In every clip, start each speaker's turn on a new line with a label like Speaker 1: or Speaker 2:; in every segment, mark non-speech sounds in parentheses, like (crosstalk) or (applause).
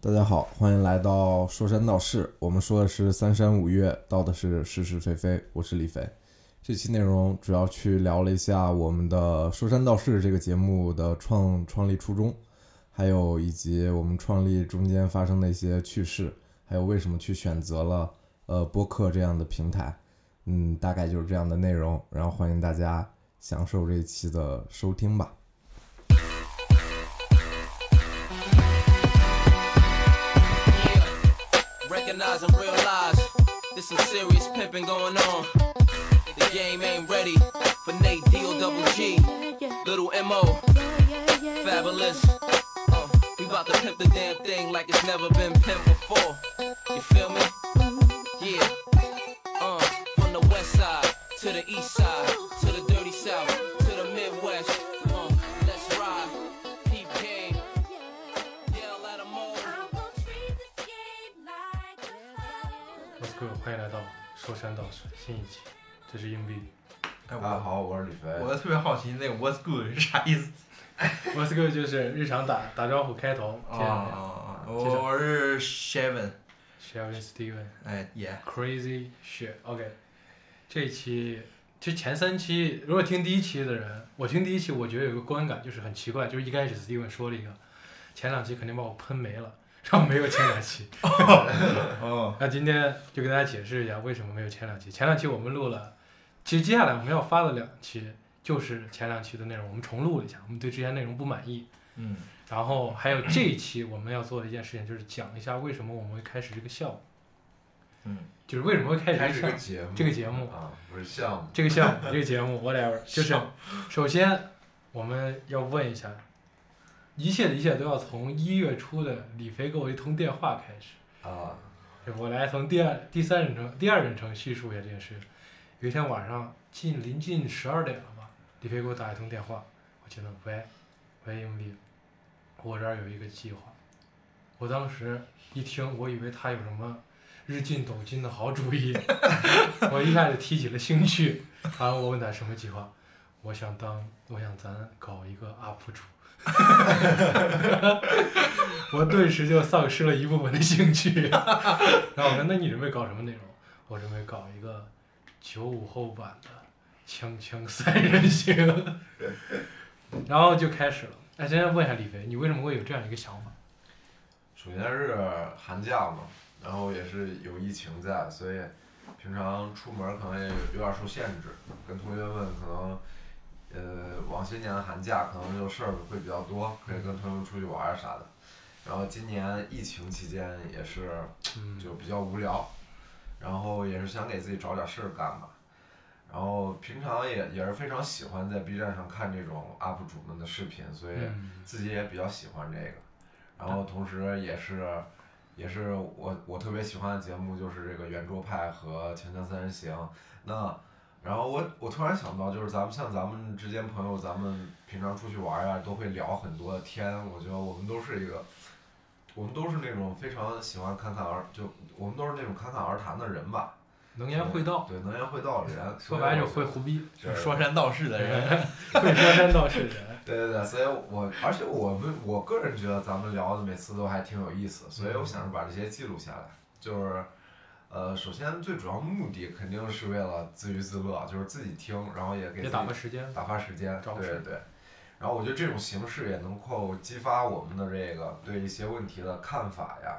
Speaker 1: 大家好，欢迎来到说山道事。我们说的是三山五岳，道的是是是非非。我是李飞。这期内容主要去聊了一下我们的《说山道事》这个节目的创创立初衷，还有以及我们创立中间发生的一些趣事，还有为什么去选择了呃播客这样的平台。嗯，大概就是这样的内容。然后欢迎大家享受这一期的收听吧。
Speaker 2: Recognize and realize there's some serious pimping going on. The game ain't ready for Nate Deal Double G, Little Mo, Fabulous. Uh, we about to pimp the damn thing like it's never been pimped before. You feel me? Yeah. Uh, from the west side to the east side to the dirty south to the Midwest. Uh, let's ride. Peep game. Yell at 'em all.
Speaker 3: I won't treat this game like a
Speaker 4: Let's go，欢迎来到说山道士新一期，这是硬币。
Speaker 5: 哎，
Speaker 1: 大家
Speaker 5: 我
Speaker 1: 好，我是李飞。
Speaker 5: 我特别好奇那个 What's good 是啥意思？ (laughs)
Speaker 4: Let's go 就是日常打打招呼开头，
Speaker 5: 啊
Speaker 4: 这样的。
Speaker 5: 啊，啊
Speaker 4: 介绍
Speaker 5: 我我是 Shaven，
Speaker 4: Sharon Steven，Crazy
Speaker 5: 哎耶，
Speaker 4: shit，OK。这一期其实前三期，如果听第一期的人，我听第一期我觉得有个观感就是很奇怪，就是一开始 Steven 说了一个，前两期肯定把我喷没了，然后没有前两期。 (laughs)
Speaker 5: 哦，
Speaker 4: 那今天就跟大家解释一下为什么没有前两期。前两期我们录了，其实接下来我们要发的两期就是前两期的内容，我们重录了一下，我们对之前内容不满意。
Speaker 5: 嗯，
Speaker 4: 然后还有这一期我们要做的一件事情，就是讲一下为什么我们会开始这个项目。
Speaker 5: 嗯，
Speaker 4: 就是为什么会开始这个项目
Speaker 1: 节目
Speaker 4: 这个节目
Speaker 1: 啊，不是项目。
Speaker 4: 这个项目、这个节目，whatever，就是首先我们要问一下，一切的一切都要从一月初的李飞给我一通电话开始。
Speaker 1: 啊，
Speaker 4: 我来从第二、第三人称、第二人称叙述一下这件事。有一天晚上近临近十二点了吧，李飞给我打一通电话，我觉得喂，喂英丽，我这儿有一个计划。我当时一听，我以为他有什么日进斗金的好主意，我一下就提起了兴趣。然后我问他什么计划，我想当，我想咱搞一个 UP 主。 (laughs) 我顿时就丧失了一部分的兴趣。然后我说：“那你准备搞什么内容？”我准备搞一个九五后版的《锵锵三人行》，然后就开始了。哎，先问一下李飞，你为什么会有这样一个想法？
Speaker 6: 首先是寒假嘛，然后也是有疫情在，所以平常出门可能也有点受限制。跟同学们可能，呃，往些年的寒假可能就事儿会比较多，可以跟同学们出去玩儿啥的。然后今年疫情期间也是
Speaker 4: 嗯，
Speaker 6: 就比较无聊，然后也是想给自己找点事儿干吧。然后平常也也是非常喜欢在 B 站上看这种 UP 主们的视频，所以
Speaker 4: 嗯
Speaker 6: 自己也比较喜欢这个，然后同时也是，也是我我特别喜欢的节目就是这个圆桌派和锵锵三人行。那，然后我我突然想到，就是咱们像咱们之间朋友，咱们平常出去玩呀、都会聊很多天。我觉得我们都是一个，我们都是那种非常喜欢侃侃而就我们都是那种侃侃而谈的人吧。
Speaker 4: 能言会道，
Speaker 6: 对，能言会道的人。
Speaker 4: 说白了就是会胡逼，
Speaker 5: 就是
Speaker 6: 说。
Speaker 5: 说山道士的人，
Speaker 4: (laughs) 会说山道是人。
Speaker 6: 对对对，所以我而且我们我个人觉得咱们聊的每次都还挺有意思，所以我想着把这些记录下来。就是，呃，首先最主要目的肯定是为了自娱自乐，就是自己听，然后也给
Speaker 4: 也
Speaker 6: 自
Speaker 4: 打发
Speaker 6: 己
Speaker 4: 时间，
Speaker 6: 打发时间。
Speaker 4: 找
Speaker 6: 对
Speaker 4: 个事
Speaker 6: 对对。然后我觉得这种形式也能够激发我们的这个对一些问题的看法呀，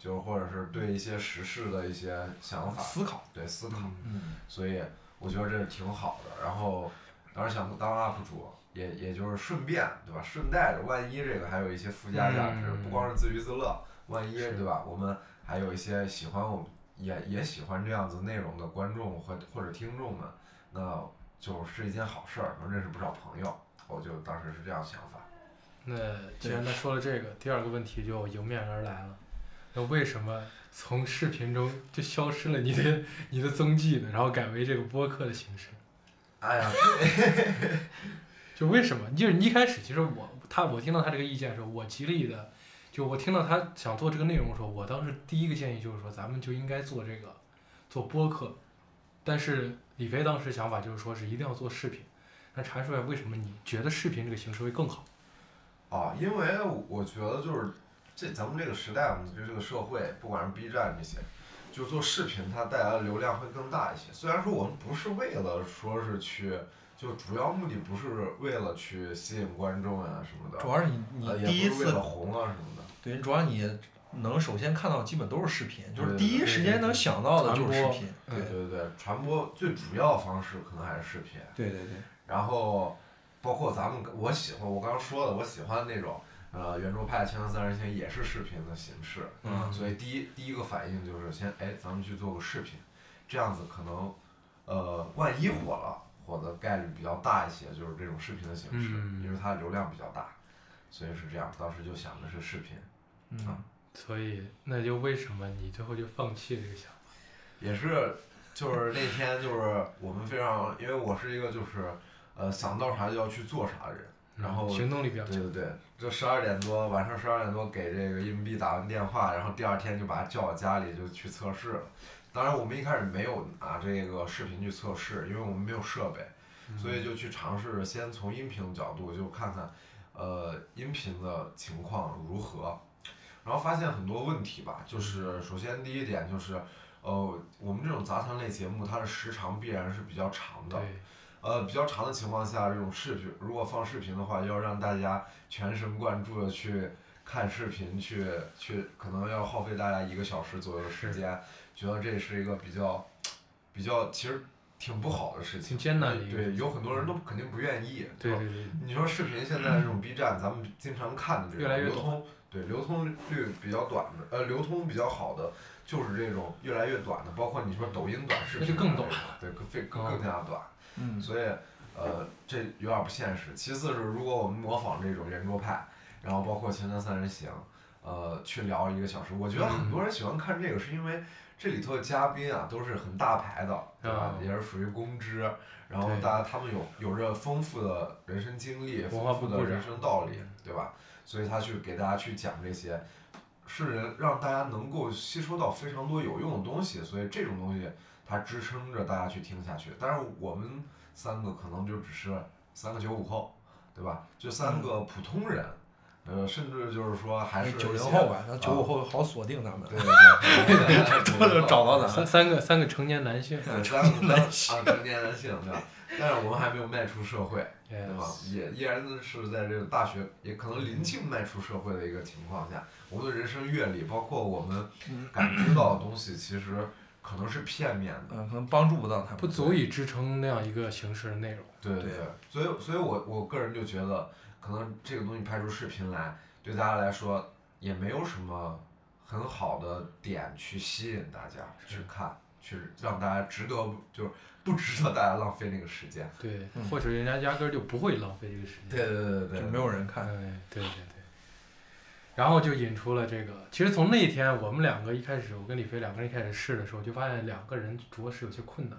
Speaker 6: 就是或者是对一些时事的一些想法、
Speaker 5: 思考，
Speaker 6: 对啊思考。
Speaker 5: 嗯，
Speaker 6: 所以我觉得这是挺好的。然后当时想当 UP 主，也也就是顺便对吧？顺带着，万一这个还有一些附加价值，
Speaker 4: 嗯
Speaker 6: 不光是自娱自乐，万一
Speaker 4: 是
Speaker 6: 对吧？我们还有一些喜欢我们也也喜欢这样子内容的观众和或者听众们，那就是一件好事儿，能认识不少朋友。我就当时是这样想法。
Speaker 4: 那既然他说了这个，第二个问题就迎面而来了。那为什么从视频中就消失了你的你的踪迹呢？然后改为这个播客的形式？
Speaker 6: 哎呀，
Speaker 4: 就为什么？就是你一开始，其实我他我听到他这个意见的时候，我极力的，就我听到他想做这个内容的时候，我当时第一个建议就是说，咱们就应该做这个，做播客。但是李飞当时想法就是说是一定要做视频。那阐述一下为什么你觉得视频这个形式会更好？
Speaker 6: 啊，因为我觉得就是这咱们这个时代，我们这这个社会，不管是 B 站这些，就做视频，它带来的流量会更大一些。虽然说我们不是为了说是去，就主要目的不是为了去吸引观众呀、什么的，
Speaker 5: 主要是你
Speaker 6: 呃
Speaker 5: 你
Speaker 6: 也
Speaker 5: 第一
Speaker 6: 不是
Speaker 5: 次
Speaker 6: 为了红啊什么的。
Speaker 5: 对，主要你能首先看到，基本都是视频，就是
Speaker 6: 对
Speaker 5: 第一
Speaker 6: 对
Speaker 5: 时
Speaker 6: 对对
Speaker 5: 间能想到的就是视
Speaker 4: 传播
Speaker 5: 频。
Speaker 4: 嗯
Speaker 5: 对
Speaker 6: 对对对，传播最主要方式可能还是视频。
Speaker 5: 对对对，
Speaker 6: 然后包括咱们我喜欢，我刚刚说的，我喜欢那种呃圆桌派、千山三人行也是视频的形式，
Speaker 5: 嗯
Speaker 6: 所以第一第一个反应就是先哎，咱们去做个视频，这样子可能呃万一火了，火的概率比较大一些，就是这种视频的形式，
Speaker 4: 嗯
Speaker 6: 因为它流量比较大，所以是这样，当时就想的是视频，啊
Speaker 5: 嗯，
Speaker 4: 所以那就为什么你最后就放弃这个想法？
Speaker 6: 也是，就是那天就是我们非常，因为我是一个就是呃想到啥就要去做啥的人，然后
Speaker 4: 行动力比较
Speaker 6: 对
Speaker 4: 强，
Speaker 6: 对对，就十二点多，晚上十二点多给这个硬币打完电话，然后第二天就把他叫到家里就去测试了。当然，我们一开始没有拿这个视频去测试，因为我们没有设备，
Speaker 5: 嗯
Speaker 6: 所以就去尝试着先从音频的角度就看看，呃，音频的情况如何。然后发现很多问题吧，就是首先第一点就是，呃，我们这种杂谈类节目它的时长必然是比较长的，
Speaker 4: 对，
Speaker 6: 呃，比较长的情况下，这种视频如果放视频的话，要让大家全神贯注的去看视频，去去可能要耗费大家一个小时左右的时间，觉得这是一个比较比较其实挺不好的事情，
Speaker 4: 挺艰难的一个嗯
Speaker 6: 对，有很多人都肯定不愿意，
Speaker 4: 对
Speaker 6: 吧
Speaker 4: 对对，
Speaker 6: 你说视频现在这种 B 站，咱们经常看的这种
Speaker 4: 越来越
Speaker 6: 流通，对流通率比较短的，呃，流通比较好的就是这种越来越短的，包括你说抖音短视频，
Speaker 4: 那就更短
Speaker 6: 了，对，更非更
Speaker 4: 嗯
Speaker 6: 更加短，
Speaker 5: 嗯
Speaker 6: 所以呃，这有点不现实。其次是如果我们模仿这种圆桌派，然后包括《前程三人行》，呃，去聊一个小时，我觉得很多人喜欢看这个，是因为这里头的嘉宾啊都是很大牌的，对吧？
Speaker 4: 嗯
Speaker 6: 也是属于公知，然后
Speaker 4: 对
Speaker 6: 大家他们有有着丰富的人生经历，
Speaker 4: 文化
Speaker 6: 丰富
Speaker 4: 部
Speaker 6: 的
Speaker 4: 部
Speaker 6: 人
Speaker 4: 长
Speaker 6: 生道理，对吧？所以他去给大家去讲这些，是人让大家能够吸收到非常多有用的东西，所以这种东西它支撑着大家去听下去。但是我们三个可能就只是三个九五后，对吧？就三个普通人，呃，甚至就是说还是
Speaker 5: 九
Speaker 6: 一
Speaker 5: 零
Speaker 6: 些
Speaker 5: 后吧，那
Speaker 6: 啊
Speaker 5: 九五后好锁定咱们
Speaker 6: 对，对对，
Speaker 5: 这 (laughs) 就找
Speaker 6: (laughs)
Speaker 5: 到咱
Speaker 4: 三
Speaker 5: 们。
Speaker 4: 三个三个成年男性，
Speaker 6: 对，三个男啊，成年男性对吧？但是我们还没有迈出社会，对吧？也依然是在这种大学，也可能临近迈出社会的一个情况下，我们的人生阅历，包括我们感知到的东西，其实可能是片面的。
Speaker 5: 嗯，可能帮助不到他们。
Speaker 4: 不足以支撑那样一个形式的内容。
Speaker 6: 对对
Speaker 5: 对
Speaker 6: 对，所以所以我我个人就觉得，可能这个东西拍出视频来，对大家来说也没有什么很好的点去吸引大家去看，去让大家值得就是不值得大家浪费那个时间。
Speaker 4: 对，或者人家压根儿就不会浪费这个时间。
Speaker 6: 嗯对对对对对，
Speaker 5: 就没有人看。
Speaker 4: 哎，对对对。然后就引出了这个，其实从那一天我们两个一开始，我跟李飞两个人一开始试的时候，就发现两个人着实有些困难，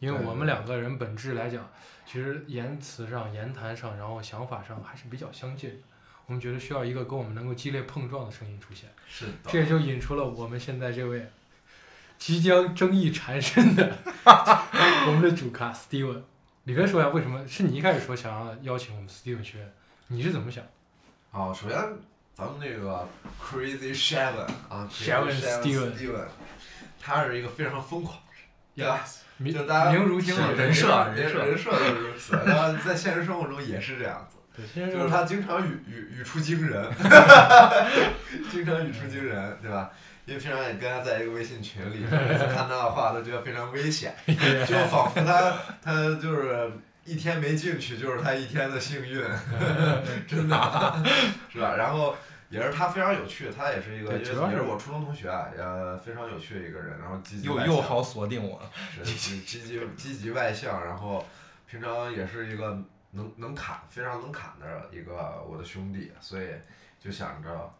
Speaker 4: 因为
Speaker 6: 对
Speaker 4: 我们两个人本质来讲，其实言辞上、言谈上，然后想法上还是比较相近的。我们觉得需要一个跟我们能够激烈碰撞的声音出现，
Speaker 6: 是的，
Speaker 4: 这也就引出了我们现在这位即将争议缠身的我们的主咖 Steven。李飞说一下为什么是你一开始说想要邀请我们 Steven 学院，你是怎么想的？
Speaker 6: 好，首先咱们这个 Crazy Shaven 啊
Speaker 4: Shaven
Speaker 6: ，Crazy
Speaker 4: Steven
Speaker 6: Steven，他是一个非常疯狂，对吧？
Speaker 4: 名
Speaker 6: 就大家
Speaker 4: 名如
Speaker 6: 是
Speaker 4: 经
Speaker 5: 是
Speaker 4: 理，
Speaker 5: 人设啊
Speaker 6: 人
Speaker 5: 人设
Speaker 6: 人设都是如此，然后在现实生活中也是这样子。
Speaker 4: 对，先
Speaker 6: 就是他经常语语语出惊人，经常语出惊人，对吧？因为平常也跟他在一个微信群里，每次看他的话都觉得非常危险，就仿佛他他就是一天没进去就是他一天的幸运，真的，是吧？然后也是他非常有趣，他也是一个，
Speaker 4: 对
Speaker 6: 也是
Speaker 4: 主要
Speaker 6: 也
Speaker 4: 是
Speaker 6: 是我初中同学，啊也非常有趣的一个人，然后积极
Speaker 5: 又
Speaker 6: 外
Speaker 5: 又
Speaker 6: 向
Speaker 5: 好锁定我，
Speaker 6: 是积积极积极外向，然后平常也是一个能能侃非常能侃的一个我的兄弟，所以就想着，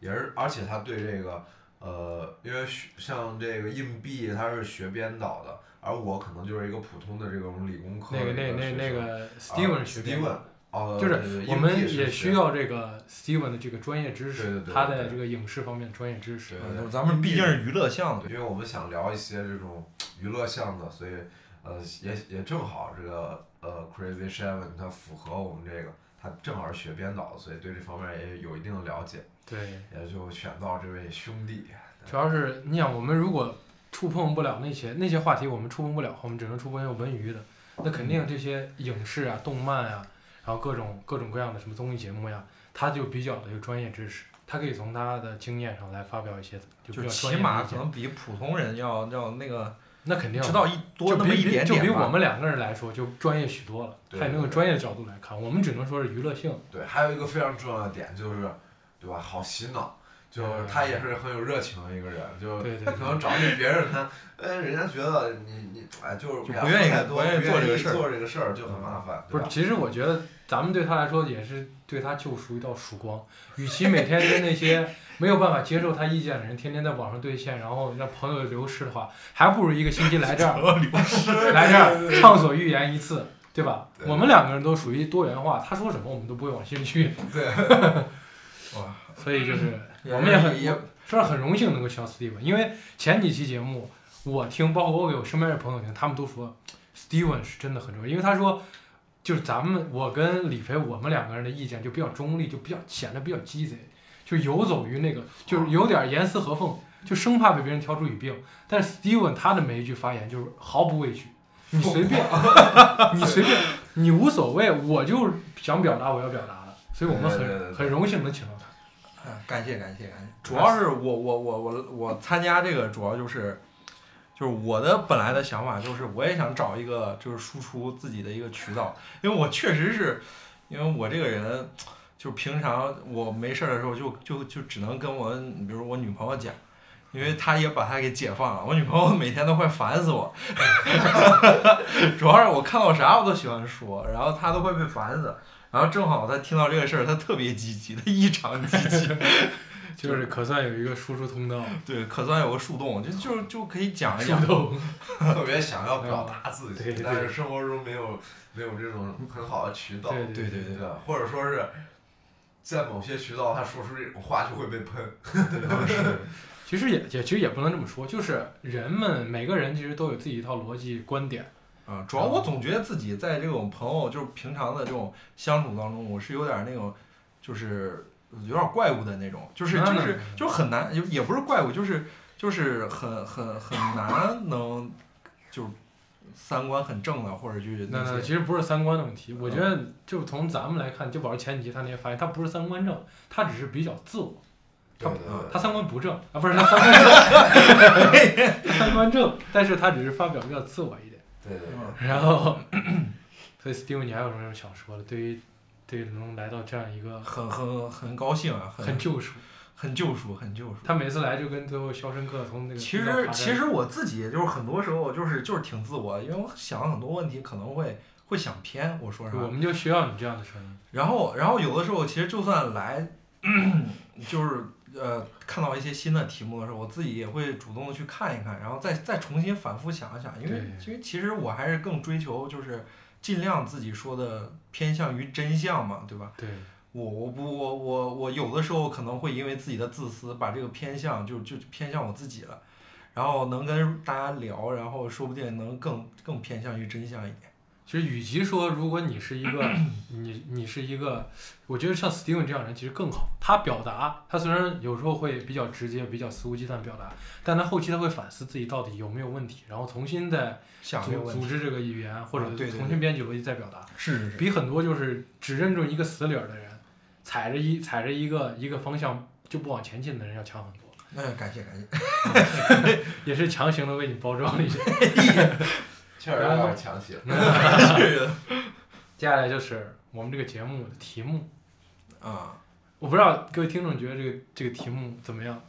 Speaker 6: 也是而且他对这个呃，因为学像这个硬币他是学编导的，而我可能就是一个普通的这种理工科
Speaker 4: 那
Speaker 6: 的
Speaker 4: 个
Speaker 6: 一
Speaker 4: 那
Speaker 6: 学
Speaker 4: 那
Speaker 6: 生
Speaker 4: 那个 Steven
Speaker 6: 啊
Speaker 4: 学编
Speaker 6: Steven 哦，
Speaker 4: 就是
Speaker 6: 对对
Speaker 4: 我
Speaker 6: 硬
Speaker 4: 们
Speaker 6: 币是
Speaker 4: 也
Speaker 6: 学
Speaker 4: 需要这个 Steven 的这个专业知
Speaker 6: 对对
Speaker 4: 识
Speaker 6: 对，对
Speaker 4: 他在
Speaker 6: 对
Speaker 4: 这个影视方面的专业知识
Speaker 6: 对。
Speaker 5: 嗯咱们毕竟是娱乐项目
Speaker 6: 因为我们想聊一些这种娱乐向的，所以呃也也正好这个呃 Crazy Seven 它符合我们这个，他正好是学编导的，所以对这方面也有一定的了解。
Speaker 4: 对，
Speaker 6: 也就选到这位兄弟。
Speaker 4: 主要是你想，我们如果触碰不了那些那些话题，我们触碰不了，我们只能触碰一些文娱的。那肯
Speaker 5: 嗯
Speaker 4: 定这些影视啊、动漫啊，然后各种各种各样的什么综艺节目呀，他就比较的有专业知识，他可以从他的经验上来发表一些就比较
Speaker 5: 就
Speaker 4: 专
Speaker 5: 起
Speaker 4: 业的
Speaker 5: 码
Speaker 4: 意
Speaker 5: 可
Speaker 4: 见。
Speaker 5: 能比普通人要要那个
Speaker 4: 那肯定
Speaker 5: 知道一多
Speaker 4: 就
Speaker 5: 那
Speaker 4: 比
Speaker 5: 么一
Speaker 4: 比
Speaker 5: 点
Speaker 4: 就比
Speaker 5: 点
Speaker 4: 我
Speaker 5: (laughs) 吧。
Speaker 4: 们两个人来说就专业许多了。
Speaker 6: 对
Speaker 4: 他也能
Speaker 6: 对
Speaker 4: 用
Speaker 6: 对
Speaker 4: 专业的角度来看，我们只能说是娱乐性。
Speaker 6: 对，还有一个非常重要的点就是，对吧？好洗脑，
Speaker 5: 嗯
Speaker 6: 就是他也是很有热情的一个人，就
Speaker 4: 对对
Speaker 6: 他可能找你别人他，哎，人家觉得你你哎，就是
Speaker 5: 就
Speaker 6: 给他
Speaker 5: 不愿意
Speaker 6: 说太多
Speaker 5: 不愿意做这个
Speaker 6: 意
Speaker 5: 事儿
Speaker 6: 做这个事儿就很麻烦，对
Speaker 4: 不是，
Speaker 6: 吧？
Speaker 4: 其实我觉得咱们对他来说也是对他救赎一道曙光。与其每天跟那些没有办法接受他意见的人天天在网上对线，然后让朋友流失的话，还不如一个星期来
Speaker 6: (laughs)
Speaker 4: 这儿来这儿畅所欲言一次，对吧？
Speaker 6: 对
Speaker 4: 我们两个人都属于多元化，他说什么我们都不会往心里去， (laughs)
Speaker 6: 对，
Speaker 4: 所以就是我
Speaker 5: 是
Speaker 4: 们也很
Speaker 5: 也
Speaker 4: 这是很荣幸能够请到 Steven，因为前几期节目我听，包括我给我身边的朋友听，他们都说 Steven 是真的很重要，因为他说就是咱们我跟李飞我们两个人的意见就比较中立，就比较显得比较鸡贼，就游走于那个就是有点严丝合缝，就生怕被别人挑出语病。但是 Steven 他的每一句发言就是毫不畏惧。你随便， (laughs) 你随便，你无所谓，我就是想表达我要表达的，所以我们
Speaker 6: 对对对对
Speaker 4: 很很荣幸能请到他。
Speaker 5: 哎感谢感谢感谢，主要是我我我我我参加这个主要就是，就是我的本来的想法就是我也想找一个就是输出自己的一个渠道，因为我确实是，因为我这个人，就平常我没事儿的时候就就就只能跟我比如我女朋友讲。因为她也把她给解放了，我女朋友每天都快烦死我。 (laughs) 主要是我看到啥我都喜欢说，然后她都快被烦死。然后正好她听到这个事儿，她特别积极，她异常积极。
Speaker 4: 就是可算有一个输出通道，
Speaker 5: 对，可算有个树洞，就就就可以讲一
Speaker 4: 树
Speaker 5: 讲。
Speaker 4: 洞。
Speaker 6: 特别想要表达自
Speaker 4: 对
Speaker 6: 己
Speaker 4: 对，
Speaker 6: 但是生活中没有没有这种很好的渠道，
Speaker 4: 对
Speaker 5: 对对对
Speaker 6: 对吧？或者说是在某些渠道他说出这种话就会被喷，
Speaker 5: 对，是，
Speaker 4: 其实也也其实也不能这么说，就是人们每个人其实都有自己一套逻辑观点，
Speaker 5: 啊，主要我总觉得自己在这种朋友就是平常的这种相处当中，我是有点那种，就是有点怪物的那种，就是
Speaker 4: 那
Speaker 5: 就
Speaker 4: 哪
Speaker 5: 是
Speaker 4: 能
Speaker 5: 就是很难，也也不是怪物，就是就是很很很难能，就是三观很正的，或者就是
Speaker 4: 那那
Speaker 5: 些
Speaker 4: 其实不是三观的问题，我觉
Speaker 5: 嗯
Speaker 4: 得就从咱们来看，就保持前几集他那些发言，他不是三观正，他只是比较自我，
Speaker 6: 对
Speaker 4: 他
Speaker 6: 对对
Speaker 4: 他三观不正啊，不是他三观正，他三观正，但是他只是发表比较自我一点。
Speaker 6: 对对对。
Speaker 5: 嗯
Speaker 4: 然后，所以 Steve，你还有什么想说的？对于对于能来到这样一个
Speaker 5: 很很很高兴啊，
Speaker 4: 很
Speaker 5: 很
Speaker 4: 救赎，
Speaker 5: 很救赎，很救赎。
Speaker 4: 他每次来就跟最后《肖申克》从那个
Speaker 5: 其
Speaker 4: 隧道爬
Speaker 5: 实
Speaker 4: 出来
Speaker 5: 其实我自己就是很多时候就是就是挺自我的，因为我想很多问题可能会会想偏，我说啥。
Speaker 4: 我们就需要你这样的声音。
Speaker 5: 然后，然后有的时候其实就算来， (clears throat) 就是呃看到一些新的题目的时候，我自己也会主动的去看一看，然后再再重新反复想一想，因为因
Speaker 4: 对
Speaker 5: 为其实我还是更追求就是尽量自己说的偏向于真相嘛，对吧？
Speaker 4: 对，
Speaker 5: 我我不我我我有的时候可能会因为自己的自私，把这个偏向就就偏向我自己了，然后能跟大家聊，然后说不定能更更偏向于真相一点。
Speaker 4: 其实与其说如果你是一个你你是一个，我觉得像 Steven 这样的人其实更好。他表达，他虽然有时候会比较直接、比较肆无忌惮表达，但他后期他会反思自己到底有没有问题，然后重新再
Speaker 5: 想这个
Speaker 4: 组
Speaker 5: 问
Speaker 4: 组
Speaker 5: 题
Speaker 4: 织这个语言，或者
Speaker 5: 啊对对对
Speaker 4: 重新编辑逻辑再表达。
Speaker 5: 是是是，
Speaker 4: 比很多就是只认准一个死理儿的人，踩着一踩着一个一个方向就不往前进的人要强很多，
Speaker 5: 那、哎感谢感谢。
Speaker 4: 也是强行的为你包装了
Speaker 5: (laughs)
Speaker 4: 一下。 (laughs)
Speaker 6: 确实有点强行。
Speaker 4: (laughs) 接下来就是我们这个节目的题目。
Speaker 5: (laughs) 啊，
Speaker 4: 我不知道各位听众觉得这个这个题目怎么样？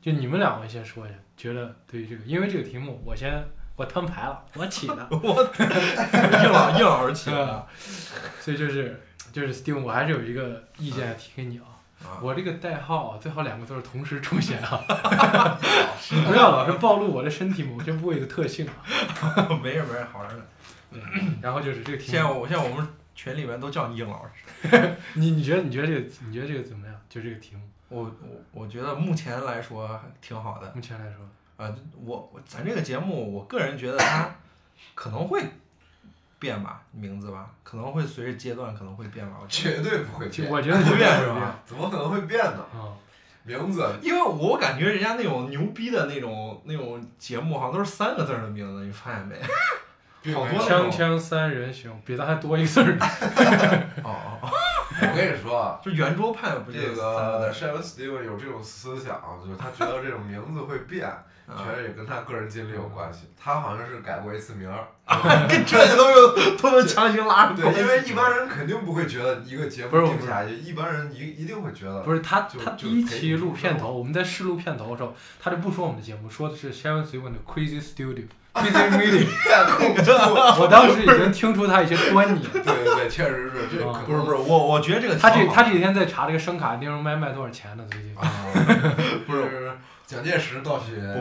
Speaker 4: 就你们两位先说一下，觉得对于这个，因为这个题目我先我摊牌了，我起的，
Speaker 5: 硬朗硬朗而起
Speaker 4: 啊， (laughs) 所以就是就是 Steve，我还是有一个意见提给你啊。
Speaker 5: 啊
Speaker 4: 我这个代号啊，最好两个字儿同时出现
Speaker 5: (laughs)
Speaker 4: 啊， (laughs) 不要老是暴露我的身体某些部位的特性啊。
Speaker 5: (laughs) 没事没事，好着呢。
Speaker 4: 然后就是这个题
Speaker 5: 现在
Speaker 4: 目，
Speaker 5: 我现在我们群里面都叫你硬朗老师。
Speaker 4: 你你觉得你觉得这个你觉得这个怎么样？就这个题目，
Speaker 5: 我我我觉得目前来说还挺好的
Speaker 4: 目前来说，
Speaker 5: 啊，我我咱这个节目，我个人觉得它可能会变吧，名字吧，可能会随着阶段可能会变吧，我觉
Speaker 6: 绝
Speaker 5: 得。
Speaker 6: 对不会
Speaker 4: 就
Speaker 6: 变，
Speaker 4: 我觉得你
Speaker 5: (laughs) 不变是吧
Speaker 4: 啊
Speaker 6: 怎么可能会变呢？
Speaker 4: 嗯
Speaker 6: 名字
Speaker 5: 因为我感觉人家那种牛逼的那种那种节目，好像都是三个字儿的名字，你发 (laughs) 现没？好多那
Speaker 4: 锵
Speaker 5: 种
Speaker 4: 锵三人行，比他还多一个字儿。
Speaker 5: 哦哦，
Speaker 6: 我跟你说
Speaker 5: (laughs)
Speaker 6: 啊，
Speaker 5: 就圆桌派不就
Speaker 6: 这
Speaker 5: 是三个
Speaker 6: 个
Speaker 5: 字
Speaker 6: Sharon Stevens 有这种思想，就是他觉得这种名字会变，
Speaker 5: 儿？
Speaker 6: 全是也跟他个人经历有关系。他好像是改过一次名儿，
Speaker 5: (laughs) 跟这些都有都能强行拉上 (laughs)
Speaker 6: 对，因为
Speaker 5: 关系
Speaker 6: 一般人肯定不会觉得一个节目
Speaker 4: 不是
Speaker 6: 定下去，一般人一一定会觉得
Speaker 4: 不是他，
Speaker 6: 呃就
Speaker 4: 他
Speaker 6: 就
Speaker 4: 第一
Speaker 6: 可以
Speaker 4: 期
Speaker 6: 出
Speaker 4: 录
Speaker 6: 声
Speaker 4: 片
Speaker 6: 了
Speaker 4: 头，我们在试录片头的时候，他就不说我们的节目，说的是 Sharon Stevens 的 Crazy Studio Crazy Meeting。
Speaker 6: 太恐怖了。
Speaker 4: 我当时已经听出他一些端倪。
Speaker 6: 对对对，确实是这
Speaker 4: 啊
Speaker 6: 可
Speaker 5: (laughs) 不是不
Speaker 6: 是
Speaker 5: 是我，我觉得这个
Speaker 4: 他这
Speaker 5: 挺好
Speaker 4: 他这几天在查这个声卡内容麦卖多少钱呢？最近
Speaker 6: 啊，
Speaker 4: (laughs)
Speaker 5: 不是
Speaker 6: 是蒋介石盗取这个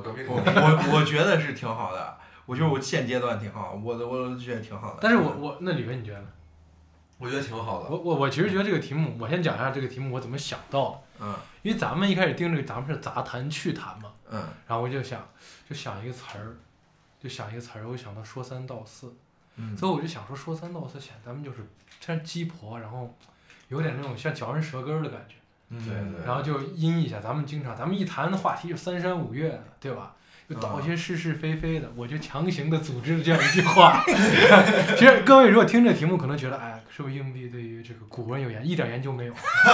Speaker 6: 革命
Speaker 5: 我
Speaker 6: 口号
Speaker 5: 我我觉得是挺好的，我觉得我现阶段挺好，我的我觉得挺好的。
Speaker 4: 但是我我那李飞你觉得呢？
Speaker 6: 我觉得挺好的。
Speaker 4: 我我我其实觉得这个题目，我先讲一下这个题目我怎么想到的，
Speaker 5: 嗯
Speaker 4: 因为咱们一开始定这个咱们是杂谈趣谈嘛，
Speaker 5: 嗯
Speaker 4: 然后我就想就想一个词儿，就想一个词儿，我就想到说三道四，
Speaker 5: 嗯，
Speaker 4: 所以我就想说说三道四显咱们就是像鸡婆，然后有点那种像嚼人舌根儿的感觉。
Speaker 5: 对
Speaker 6: 对对
Speaker 4: 然后就阴一下。咱们经常，咱们一谈的话题就三山五岳的，对吧？就倒一些是是非非的，我就强行的组织了这样一句话。 (laughs) 其实各位如果听这题目，可能觉得，哎，是不是硬币对于这个古文有研，一点研究没有？ (laughs)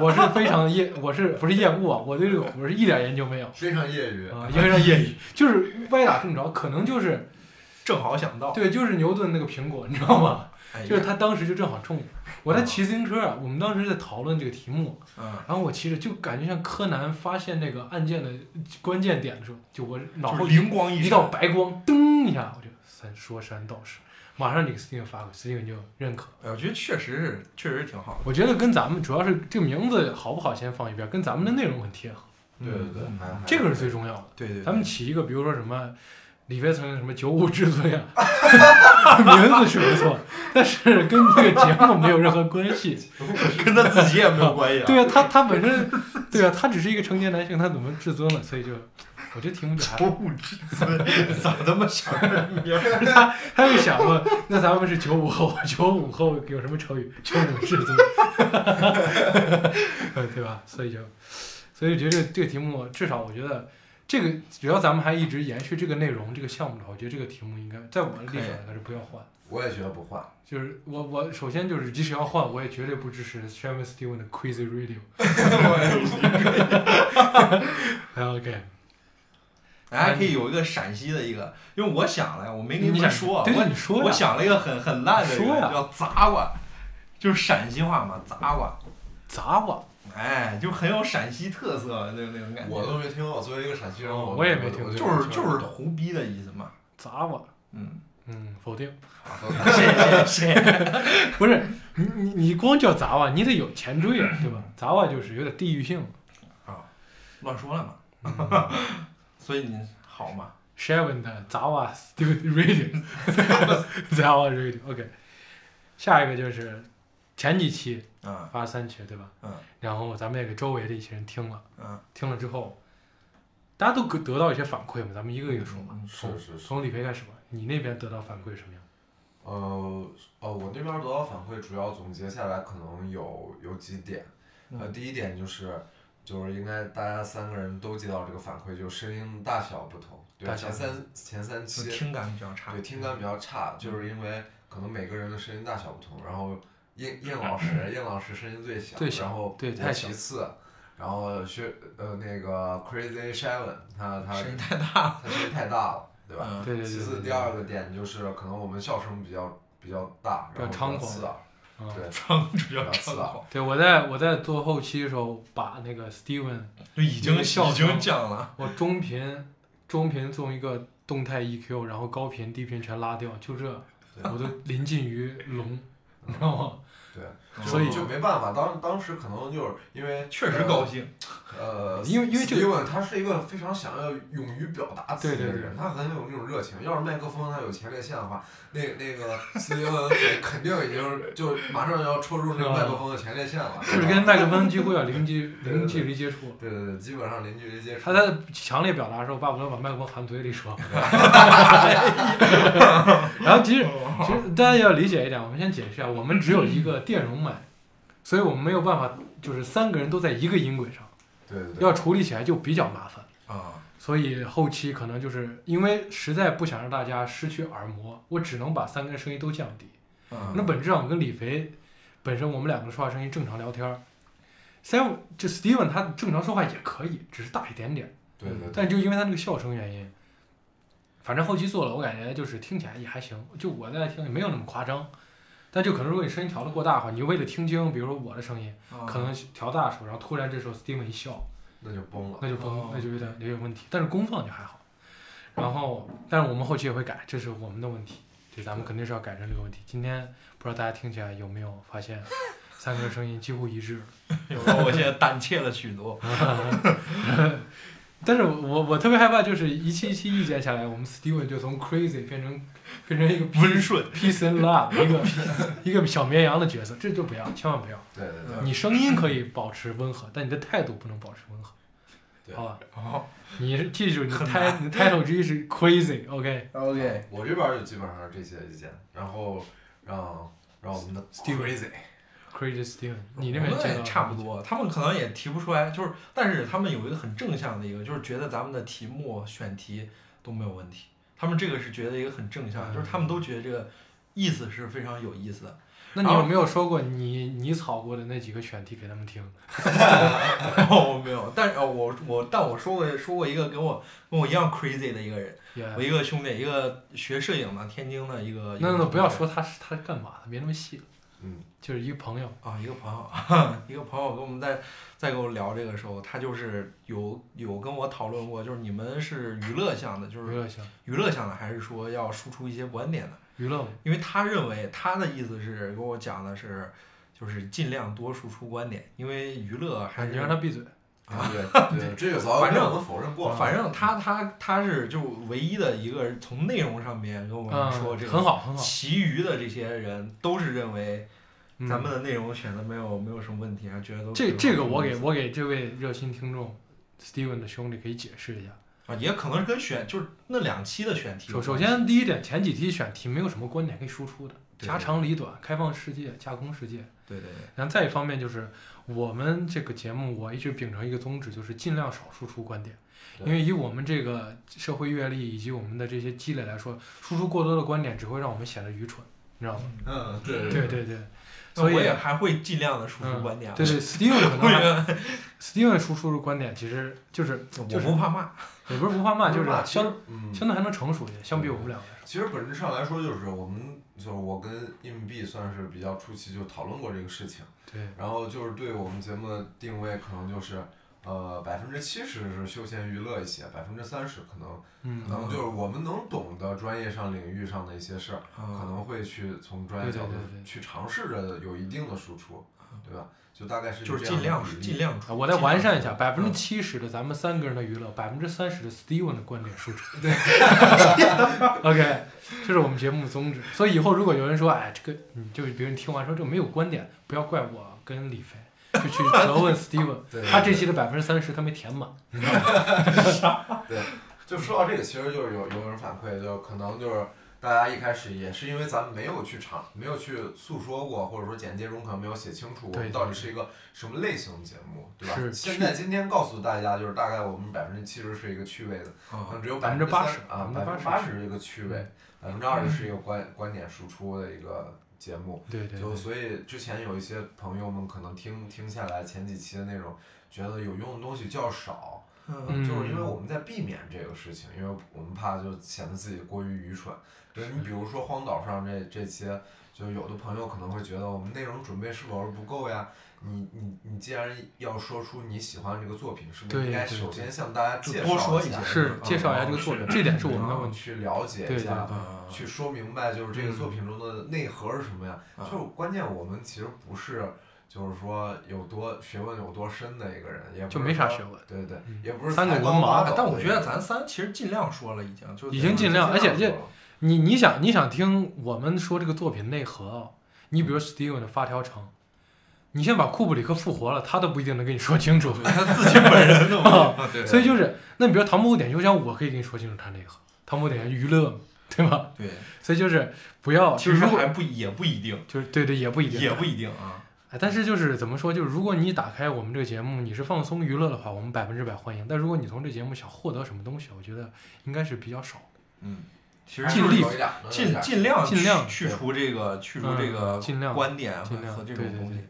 Speaker 4: 我是非常厌，我是不是厌恶啊？我对这个古文是一点研究没有
Speaker 6: 非常业余，
Speaker 4: 啊，非常业余，就是歪打正着，可能就是
Speaker 5: 正好想到，
Speaker 4: 对，就是牛顿那个苹果，你知道吗？
Speaker 5: 哎呀
Speaker 4: 就是他当时就正好中。我在骑自行车啊，我们当时在讨论这个题目，
Speaker 5: 嗯，
Speaker 4: 然后我骑着就感觉像柯南发现那个案件的关键点的时候，就我脑
Speaker 5: 就是
Speaker 4: 后一
Speaker 5: 灵光一
Speaker 4: 一道
Speaker 5: 闪，
Speaker 4: 白光，噔一下，我就三说山道士，马上这个 Steven 发过，Steven 就认可。
Speaker 5: 哎我觉得确实是确实挺好的。
Speaker 4: 我觉得跟咱们主要是这个名字好不好先放一边，跟咱们的内容很贴合，
Speaker 6: 对对对，
Speaker 5: 嗯
Speaker 6: 还还
Speaker 4: 这个是最重要的。
Speaker 5: 对对，
Speaker 4: 咱们起一个，比如说什么李飞曾什么九五之最啊， (laughs) 名字是不错，但是跟这个节目没有任何关系。
Speaker 5: 跟他自己也没有关系啊。
Speaker 4: 对呀、他他本身，对呀、他只是一个成年男性，他怎么至尊了？所以就，我觉得题目就还好。
Speaker 5: 九五之尊，咋他妈想着名儿？
Speaker 4: 他他就想过，那咱们是九五后，九五后有什么成语？九五至尊， (laughs) 呃对吧？所以就，所以觉得这个这个题目，至少我觉得这个，只要咱们还一直延续这个内容、这个项目的话，我觉得这个题目应该在我的立场来说不要换。
Speaker 6: 我也觉得不换。
Speaker 4: 就是我我首先就是，即使要换，我也绝对不支持 Sharon Steven 的 Crazy Radio。哎
Speaker 5: 啊
Speaker 4: OK，
Speaker 5: 哎还可以有一个陕西的一个，因为我想了呀，我没跟
Speaker 4: 你
Speaker 5: 们
Speaker 4: 想
Speaker 5: 说啊，
Speaker 4: 对对
Speaker 5: 我
Speaker 4: 你说呀
Speaker 5: 我想了一个很很烂的一个，
Speaker 4: 说呀
Speaker 5: 叫杂瓜，就是陕西话嘛，杂瓜。
Speaker 4: 砸我！
Speaker 5: 哎，就很有陕西特色，那种那种感觉。
Speaker 6: 我都没听过，作为一个陕西人，
Speaker 4: 哦
Speaker 6: 我
Speaker 4: 我也没听过
Speaker 5: 就是就是胡逼的意思嘛。
Speaker 4: 砸我！
Speaker 5: 嗯，
Speaker 4: 嗯，否
Speaker 5: (laughs)
Speaker 4: 定。
Speaker 5: 谢谢谢谢。
Speaker 4: 不是你你你光叫杂娃，你得有前缀啊，对吧？杂娃就是有点地域性。
Speaker 5: (laughs) 乱说了嘛，
Speaker 4: 嗯、
Speaker 5: 所以你好嘛？
Speaker 4: Sharon 的杂娃 Stupid Radio，杂娃 Radio (laughs) OK。下一个就是前几期
Speaker 5: 啊
Speaker 4: 发三期对吧？
Speaker 5: 嗯。
Speaker 4: 然后咱们也给周围的一些人听了，
Speaker 5: 啊，
Speaker 4: 听了之后，大家都得得到一些反馈嘛，咱们一个一个说吧。
Speaker 5: 嗯
Speaker 6: 是是是，
Speaker 4: 从李培开始吧，你那边得到反馈是什么样？
Speaker 6: 呃哦，我那边得到反馈，主要总结下来可能有有几点，呃，
Speaker 5: 嗯
Speaker 6: 第一点就是就是应该大家三个人都接到这个反馈，就声音大小不同，对吧，
Speaker 4: 大小
Speaker 6: 前
Speaker 4: 不
Speaker 6: 三前三
Speaker 5: 就
Speaker 6: 期
Speaker 5: 听感比较差
Speaker 6: 对。听感比较差，就是因为可能每个人的声音大小不同，然后燕燕老师，燕老师声音最小，
Speaker 4: 最小
Speaker 6: 然后
Speaker 4: 对
Speaker 6: 我
Speaker 4: 太小
Speaker 6: 其次，然后薛呃那个 Crazy Sharon，他他
Speaker 5: 声音太大了。
Speaker 6: 他声音太大了，对吧？
Speaker 5: 嗯
Speaker 4: 对对对
Speaker 6: 啊其
Speaker 4: 对
Speaker 6: 次，
Speaker 4: 对。
Speaker 6: 第二个点就是可能我们笑声比较比较大，
Speaker 4: 比较
Speaker 6: 然后比较
Speaker 4: 猖狂
Speaker 6: 刺耳，啊
Speaker 4: 嗯
Speaker 6: 对，
Speaker 5: 仓主
Speaker 6: 比
Speaker 5: 要 (laughs)
Speaker 6: 较
Speaker 5: 仓
Speaker 6: 刺耳
Speaker 5: 皇，。
Speaker 4: 对，我在我在做后期的时候，把那个 Steven
Speaker 5: 就已经
Speaker 4: 已经
Speaker 5: 已经降了。
Speaker 4: 我中频，中频做一个动态 EQ，然后高频、低频全拉掉，就这，
Speaker 6: 对嗯
Speaker 4: 我都临近于聋，你知道吗？
Speaker 6: (laughs) 对，
Speaker 4: 所以
Speaker 6: 就没办法，当当时可能就是因为
Speaker 5: 确实高兴，
Speaker 6: 呃，
Speaker 4: 因为因为这个
Speaker 6: 个他是一个非常想要勇于表达自己的
Speaker 4: 对
Speaker 6: 人，
Speaker 4: 对对
Speaker 6: 他很有那种热情。要是麦克风他有前列腺的话，那那个斯蒂
Speaker 4: (laughs)
Speaker 6: 文嘴肯定已经就马上要戳中这个麦克风的前列腺了，
Speaker 4: (laughs) 就是
Speaker 6: 对吧
Speaker 4: 跟麦克风几乎要零距
Speaker 6: 对对
Speaker 4: 零距离接触。
Speaker 6: 对对对，基本上零距离接触。
Speaker 4: 他在强烈表达的时候，巴不得把麦克风含嘴
Speaker 6: (laughs)
Speaker 4: 里说。 (laughs) 然后其实其实大家要理解一点，我们先解释一下，我们只有一个电容麦，所以我们没有办法，就是三个人都在一个音轨上。
Speaker 6: 对对对，
Speaker 4: 要处理起来就比较麻烦。
Speaker 5: 啊，
Speaker 4: 所以后期可能就是因为实在不想让大家失去耳膜，我只能把三个人声音都降低。
Speaker 5: 嗯
Speaker 4: 那本质上我跟李肥本身我们两个说话声音正常聊天儿，Sam 就 Steven 他正常说话也可以，只是大一点点，
Speaker 6: 对对对，
Speaker 4: 但就因为他那个笑声原因，反正后期做了，我感觉就是听起来也还行，就我在听也没有那么夸张。但就可能如果你声音调得过大的话，你就为了听清，比如说我的声音，
Speaker 5: 啊
Speaker 4: 可能调大的时候，然后突然这时候 Steven 一笑，
Speaker 6: 那就崩了。
Speaker 4: 那就崩
Speaker 5: 哦，
Speaker 4: 那就有点也有问题。但是功放就还好，然后但是我们后期也会改，这是我们的问题，对，咱们肯定是要改正这个问题。今天不知道大家听起来有没有发现，三个人声音几乎一致。
Speaker 5: 有时候我现在胆怯了许多。
Speaker 4: 但是我我特别害怕，就是一期一期意见下来，我们 Steven 就从 crazy 变成变成一个
Speaker 5: 温顺
Speaker 4: peace and love 一个 (laughs) 一个小绵羊的角色，这就不要，千万不要。
Speaker 6: 对对对，
Speaker 5: 嗯
Speaker 4: 你声音可以保持温和，但你的态度不能保持温和，
Speaker 6: 对
Speaker 4: 好吧？
Speaker 5: 哦
Speaker 4: 你是记住你的
Speaker 5: 很
Speaker 4: title 你的 title 之一是 crazy，OK、
Speaker 5: ，OK，
Speaker 6: 我这边儿就基本上是这些意见，然后让让我们的 Crazy，
Speaker 4: Crazy Steven，你那
Speaker 5: 我
Speaker 4: 边
Speaker 5: 们
Speaker 4: 这
Speaker 5: 也
Speaker 4: 个
Speaker 5: 差不多，他们可能也提不出来，就是，但是他们有一个很正向的一个，就是觉得咱们的题目选题都没有问题，他们这个是觉得一个很正
Speaker 4: 嗯
Speaker 5: 向，就是他们都觉得这个意思是非常有意思的。
Speaker 4: 那你有没有说过你你草过的那几个选题给他们听？
Speaker 5: 哦，没有，但是哦，我我但我说过说过一个跟我跟我一样 crazy 的一个人，
Speaker 4: 也、
Speaker 5: 我一个兄弟，一个学摄影的，天津的一个，一个
Speaker 4: 那那
Speaker 5: 同学
Speaker 4: 不要说他是他是干嘛的，别那么细了，
Speaker 6: 嗯，
Speaker 4: 就是一个朋友，
Speaker 5: 啊，一个朋友， (laughs) 一个朋友跟我们在在跟我聊这个时候，他就是有有跟我讨论过，就是你们是娱乐向的，就
Speaker 4: 娱
Speaker 5: 是
Speaker 4: 乐性
Speaker 5: 娱乐向的，还是说要输出一些观点的？
Speaker 4: 娱乐嘛，
Speaker 5: 因为他认为他的意思是跟我讲的是，就是尽量多输出观点，因为娱乐还是
Speaker 4: 你让他闭嘴。
Speaker 5: 啊
Speaker 6: 对对，这个早
Speaker 5: 反正
Speaker 6: 我们否认过了，
Speaker 5: 反正他他他是就唯一的一个从内容上面跟我们
Speaker 4: 嗯，
Speaker 5: 说这个，
Speaker 4: 很好很好，
Speaker 5: 其余的这些人都是认为
Speaker 4: 嗯
Speaker 5: 咱们的内容选的没有没有什么问题，啊，觉得都
Speaker 4: 这
Speaker 5: 挺好
Speaker 4: 这个我
Speaker 5: 挺
Speaker 4: 给
Speaker 5: 有意思
Speaker 4: 我给这位热心听众 Steven 的兄弟可以解释一下。
Speaker 5: 啊，也可能是跟选就是那两期的选题有
Speaker 4: 首
Speaker 5: 关系。
Speaker 4: 首先第一点，前几题选题没有什么观点可以输出的，
Speaker 5: 对
Speaker 4: 家长里短，开放世界，架空世界。
Speaker 5: 对对对，
Speaker 4: 然后再一方面就是我们这个节目，我一直秉承一个宗旨，就是尽量少输出观点，
Speaker 6: 对
Speaker 4: 因为以我们这个社会阅历以及我们的这些积累来说，输出过多的观点只会让我们显得愚蠢，你知道吗？
Speaker 6: 嗯，对
Speaker 4: 对对对，
Speaker 5: 那
Speaker 4: 所以
Speaker 5: 我也还会尽量的输出
Speaker 4: 嗯
Speaker 5: 观点啊。
Speaker 4: 对对，Steven 可能
Speaker 5: 我觉
Speaker 4: 还
Speaker 5: 得
Speaker 4: Steven 输出的观点其实就是就
Speaker 5: 我
Speaker 4: 是
Speaker 5: 不怕骂，啊
Speaker 4: 也不是不怕骂，就是
Speaker 6: 骂
Speaker 4: 相
Speaker 6: 嗯，
Speaker 4: 相对还能成熟一些，相比我们两个来说。
Speaker 6: 其实本质上来说，就是我们就是我跟硬币算是比较初期就讨论过这个事情，
Speaker 4: 对，
Speaker 6: 然后就是对我们节目的定位可能就是。呃，百分之七十是休闲娱乐一些，百分之三十可能可能
Speaker 4: 嗯，
Speaker 6: 就是我们能懂的专业上领域上的一些事儿，可
Speaker 5: 啊
Speaker 6: 能会去从专业
Speaker 4: 对
Speaker 6: 角
Speaker 4: 对
Speaker 6: 度
Speaker 4: 对对
Speaker 6: 去尝试着有一定的输出，对吧？就大概是
Speaker 5: 就是
Speaker 6: 这样
Speaker 5: 尽
Speaker 6: 的
Speaker 5: 量
Speaker 6: 比例
Speaker 5: 尽量
Speaker 4: 啊
Speaker 5: 出。
Speaker 4: 我再
Speaker 5: 尽
Speaker 4: 完
Speaker 5: 量
Speaker 4: 善一
Speaker 5: 出
Speaker 4: 下，百分之七十的咱们三个人的娱乐，百分之三十的 Steven 的观点输出。对 (laughs) ，OK，这是我们节目宗旨。所以以后如果有人说，哎，这个你就是别人听完说这个没有观点，不要怪我跟李飞，就去责问 Steven，
Speaker 6: 对
Speaker 4: 他这
Speaker 6: 对
Speaker 4: 期的百分之三十他没填满。
Speaker 6: 就说到这个，其实就是有有人反馈，就可能就是大家一开始也是因为咱们没有去尝，没有去诉说过，或者说简介中可能没有写清楚我
Speaker 4: 对
Speaker 6: 们
Speaker 4: 对
Speaker 6: 到底是一个什么类型的节目，对吧？
Speaker 4: 是
Speaker 6: 现在今天告诉大家，就是大概我们百分之七十是一个趣味的，可
Speaker 5: 啊
Speaker 6: 能只有
Speaker 4: 80%
Speaker 6: 三啊，百分之
Speaker 4: 80%
Speaker 6: 八十嗯是一个趣味，百分之二十是一个观观点输出的一个节目。
Speaker 4: 对对
Speaker 6: 就
Speaker 4: 对，
Speaker 6: 所以之前有一些朋友们可能听听下来前几期的内容，觉得有用的东西较少，
Speaker 5: 嗯
Speaker 4: 嗯
Speaker 6: 就是因为我们在避免这个事情，因为我们怕就显得自己过于愚蠢。就是你比如说荒岛上这这些，就有的朋友可能会觉得我们内容准备是否是不够呀？你你你既然要说出你喜欢这个作品，是不是
Speaker 4: 对
Speaker 6: 应该
Speaker 4: 对
Speaker 6: 首
Speaker 4: 对
Speaker 6: 先向大家
Speaker 5: 就
Speaker 6: 介
Speaker 5: 多
Speaker 6: 绍
Speaker 5: 说
Speaker 6: 一
Speaker 5: 一
Speaker 6: 下
Speaker 5: 下
Speaker 6: 这
Speaker 4: 是
Speaker 6: 个
Speaker 4: 介绍一下这个作
Speaker 6: 嗯
Speaker 4: 品，这点是我们的问题。
Speaker 6: 去了解
Speaker 4: 对
Speaker 6: 一
Speaker 4: 对
Speaker 6: 下
Speaker 4: 对嗯
Speaker 5: 啊
Speaker 6: 去说明白，就是这个作品中的内核是什么呀？
Speaker 5: 嗯
Speaker 6: 就是关键，我们其实不是，就是说有多学问有多深的一个人，也不是
Speaker 4: 就没啥
Speaker 6: 说
Speaker 4: 学问。
Speaker 6: 对对
Speaker 4: 嗯，
Speaker 6: 也不是
Speaker 4: 三个
Speaker 6: 才
Speaker 4: 文
Speaker 6: 高八
Speaker 4: 盲
Speaker 6: 斗
Speaker 5: 但我
Speaker 6: 的
Speaker 5: 觉
Speaker 6: 一
Speaker 5: 得
Speaker 6: 个
Speaker 5: 咱三其实尽量说了，已经就
Speaker 4: 已经
Speaker 5: 咱
Speaker 4: 尽量而
Speaker 6: 说
Speaker 4: 且这你你想你想听我们说这个作品内核啊，你比如 Steven 的发条城，你先把库布里克复活了，他都不一定能跟你说清楚。
Speaker 5: 他自己本
Speaker 6: (laughs)
Speaker 5: 人的嘛。
Speaker 4: 啊
Speaker 5: 对
Speaker 4: 所以就是，那你比如《唐伯虎点秋香》，我可以跟你说清楚它内核，《唐伯虎点秋香》娱乐嘛，对吧？
Speaker 5: 对，
Speaker 4: 所以就是不要，
Speaker 5: 其
Speaker 4: 啊就是
Speaker 5: 实
Speaker 4: 如果
Speaker 5: 还不也不一定，
Speaker 4: 就是对对也不一定，
Speaker 5: 也不一定啊。
Speaker 4: 哎，但是就是怎么说，就是如果你打开我们这个节目，你是放松娱乐的话，我们百分之百欢迎。但如果你从这节目想获得什么东西，我觉得应该是比较少。
Speaker 6: 嗯，
Speaker 5: 其实
Speaker 6: 还是
Speaker 5: 就是
Speaker 4: 尽力
Speaker 6: 有一点儿能有一
Speaker 5: 尽
Speaker 6: 点儿
Speaker 5: 尽量
Speaker 4: 尽量
Speaker 5: 去去除这个去除这个
Speaker 4: 嗯尽量
Speaker 5: 观点和
Speaker 4: 尽量
Speaker 5: 和这
Speaker 4: 对
Speaker 5: 种
Speaker 4: 对
Speaker 5: 东西
Speaker 4: 对，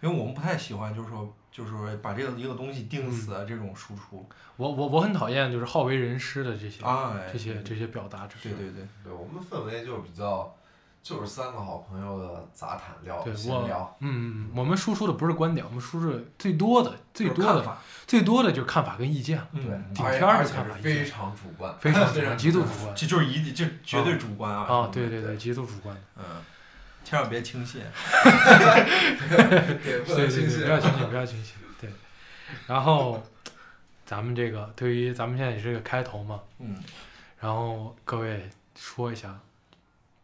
Speaker 5: 因为我们不太喜欢就是说就是说把这个一个东西定死
Speaker 4: 嗯
Speaker 5: 啊的这种输出
Speaker 4: 我我我很讨厌就是好为人师的这些、
Speaker 5: 啊，哎
Speaker 4: 这些这些表达，这是
Speaker 5: 对对对，
Speaker 6: 对我们氛围就比较，就是三个好朋友的杂谈聊
Speaker 4: 对
Speaker 6: 闲
Speaker 4: 我
Speaker 6: 聊，
Speaker 4: 嗯，我们输出的不是观点，我们输出的最多的最
Speaker 5: 就是
Speaker 4: 多
Speaker 5: 看
Speaker 4: 的
Speaker 5: 法，
Speaker 4: 最多的就是看法跟意见，
Speaker 5: 嗯
Speaker 6: 对，
Speaker 4: 顶
Speaker 6: 而且
Speaker 4: 天儿
Speaker 6: 而
Speaker 4: 就
Speaker 6: 且
Speaker 4: 看
Speaker 6: 是
Speaker 4: 法
Speaker 6: 非常主观，
Speaker 4: 非常主
Speaker 6: 非
Speaker 4: 观，
Speaker 6: 常
Speaker 4: 极度主观
Speaker 5: 这啊就是一这绝对主观啊
Speaker 4: 啊，对对对，，极度主观 (laughs) 的，
Speaker 5: 嗯，千万别轻信，
Speaker 6: 对，不
Speaker 4: (laughs)
Speaker 6: 能
Speaker 4: 对对
Speaker 6: 轻
Speaker 4: 对，
Speaker 6: 信
Speaker 4: 不要轻信，不要轻信，对。然后咱们这个对于咱们现在也是个开头嘛，
Speaker 5: 嗯，
Speaker 4: 然后各位说一下，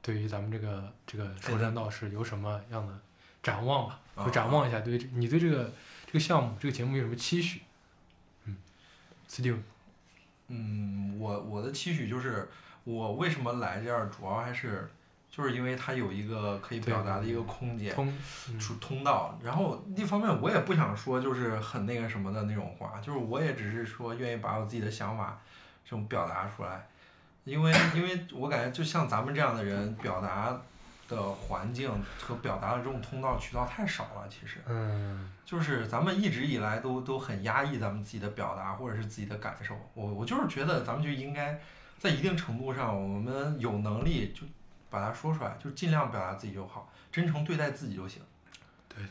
Speaker 4: 对于咱们这个这个说山道士有什么样的展望吧？
Speaker 5: 啊
Speaker 4: 就展望一下，对于这你对这个这个项目这个节目有什么期许？嗯，Steve，
Speaker 5: 嗯，我我的期许就是，我为什么来这儿，主要还是就是因为它有一个可以表达的一个空间。
Speaker 4: 通，嗯
Speaker 5: 出通道，然后一方面我也不想说就是很那个什么的那种话，就是我也只是说愿意把我自己的想法这种表达出来，因为因为我感觉就像咱们这样的人，表达的环境和表达的这种通道渠道太少了，其实
Speaker 4: 嗯，
Speaker 5: 就是咱们一直以来都都很压抑咱们自己的表达或者是自己的感受，我我就是觉得咱们就应该在一定程度上，我们有能力就把它说出来，就尽量表达自己就好，真诚对待自己就行。
Speaker 4: 对对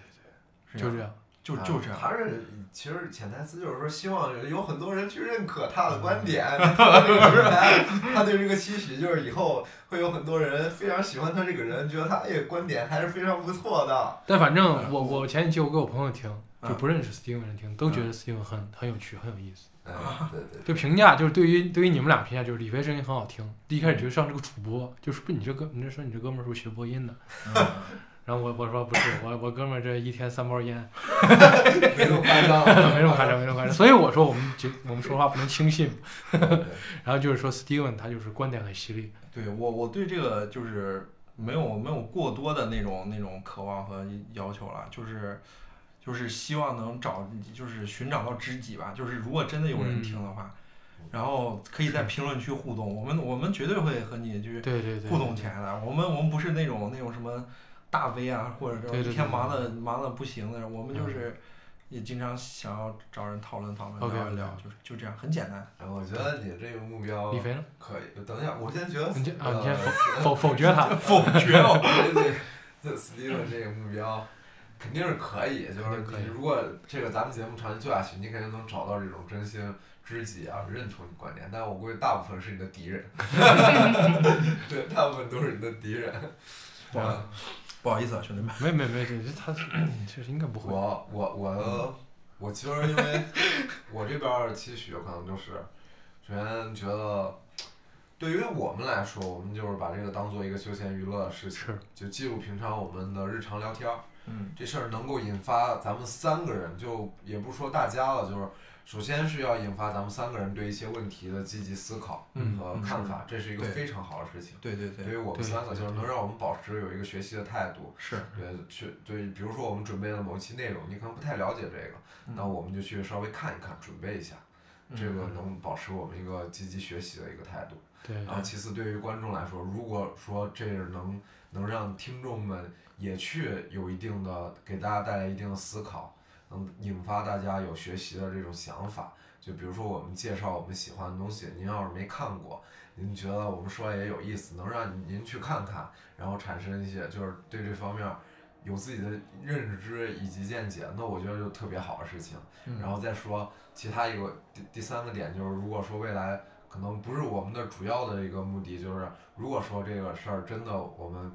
Speaker 5: 是
Speaker 4: 对，就这
Speaker 5: 这样，
Speaker 4: 样，
Speaker 5: 就
Speaker 6: 啊
Speaker 5: 就这样。
Speaker 6: 他是其实潜台词就是说，希望有很多人去认可他的观点。他对这个人来他对这个期许就是以后会有很多人非常喜欢他这个人，觉得他这个观点还是非常不错的。
Speaker 4: 但反正
Speaker 5: 嗯
Speaker 4: 我我前几期我给我朋友听，就
Speaker 5: 嗯
Speaker 4: 不认识 Steven 的人听，都觉
Speaker 5: 嗯
Speaker 4: 得 Steven 很很有趣，很有意思。
Speaker 6: 哎，对对
Speaker 4: 就评价就是对于对于你们俩评价就是李飞声音很好听，一开始觉得像是个主播，就是不是你这哥，你这说你这哥们儿是不是学播音的？ (laughs) 然后我我说不是，我我哥们儿这一天三包烟， (laughs)
Speaker 6: 对，没那么夸张，啊
Speaker 4: 没这么夸张，没这么夸张。所以我说我们就我们说话不能轻信。
Speaker 6: 张。
Speaker 4: (laughs) 然后就是说 Steven 他就是观点很犀利，
Speaker 5: 对我，我对这个就是没有没有过多的那种那种渴望和要求了，就是就是希望能找就是寻找到知己吧。就是如果真的有人
Speaker 4: 嗯
Speaker 5: 听的话，然后可以在评论区互动，我们我们绝对会和你去
Speaker 4: 对对对，
Speaker 5: 互动起来的。我们我们不是那种那种什么大 V 啊，或者这种
Speaker 4: 对对
Speaker 5: 一
Speaker 4: 对
Speaker 5: 天
Speaker 4: 对嗯
Speaker 5: 忙的忙的不行的，我们就是也经常想要找人讨论讨论
Speaker 4: OK，
Speaker 5: 聊一聊
Speaker 4: OK
Speaker 5: 就是就这样，很简单。
Speaker 6: 哎我觉得你这个目标
Speaker 4: 李飞呢？
Speaker 6: 可以。等一下，我先觉得
Speaker 4: 你先啊，
Speaker 6: 呃
Speaker 4: 你先否否否决
Speaker 6: (laughs)
Speaker 4: 他，
Speaker 5: 否决哦。
Speaker 6: 对对，这 Steven 这个目标肯定是可以，就
Speaker 4: 肯
Speaker 6: 是
Speaker 4: 定可以
Speaker 6: 你如果这个咱们节目长期做下去，你肯定能找到这种真心知己啊，认同你观点。但我估计大部分是你的敌
Speaker 4: (laughs)
Speaker 6: 人， (laughs) 对，大部分都是你的敌人。
Speaker 5: 不好意思
Speaker 4: 嗯
Speaker 5: 不好意思啊，兄弟们。
Speaker 4: 没没没，这这他 (clears throat) 这应该不
Speaker 6: 嗯
Speaker 4: 会，
Speaker 6: 我我我的我其实因为我这边儿的期许可能就是，首先觉得，对于我们来说，我们就是把这个当做一个休闲娱乐的事情
Speaker 4: 是，
Speaker 6: 就记录平常我们的日常聊天儿。
Speaker 5: 嗯，
Speaker 6: 这事儿能够引发咱们三个人，就也不说大家了，就是首先是要引发咱们三个人对一些问题的积极思考
Speaker 4: 嗯
Speaker 6: 和
Speaker 5: 嗯
Speaker 6: 看
Speaker 5: 是
Speaker 6: 法，这是一个
Speaker 5: 对
Speaker 6: 非常好的事情。
Speaker 5: 对对对
Speaker 6: 对于。我们
Speaker 4: 对
Speaker 6: 三个，就是
Speaker 4: 对
Speaker 6: 能让我们保持有一个学习的态度，
Speaker 5: 是，
Speaker 6: 对，去对，比如说我们准备了某一期内容，你可能不太了解这个，
Speaker 5: 嗯
Speaker 6: 那我们就去稍微看一看，准备一下，
Speaker 4: 嗯
Speaker 6: 这个能保持我们一个积极学习的一个态度。
Speaker 4: 对，
Speaker 6: 然后其次，对于观众来说，如果说这是能能让听众们也去有一定的给大家带来一定的思考，能引发大家有学习的这种想法。就比如说我们介绍我们喜欢的东西，您要是没看过，您觉得我们说也有意思，能让您去看看，然后产生一些就是对这方面有自己的认知以及见解，那我觉得就特别好的事情。
Speaker 5: 嗯
Speaker 6: 然后再说其他一个第第三个点就是，如果说未来可能不是我们的主要的一个目的，就是如果说这个事儿真的我们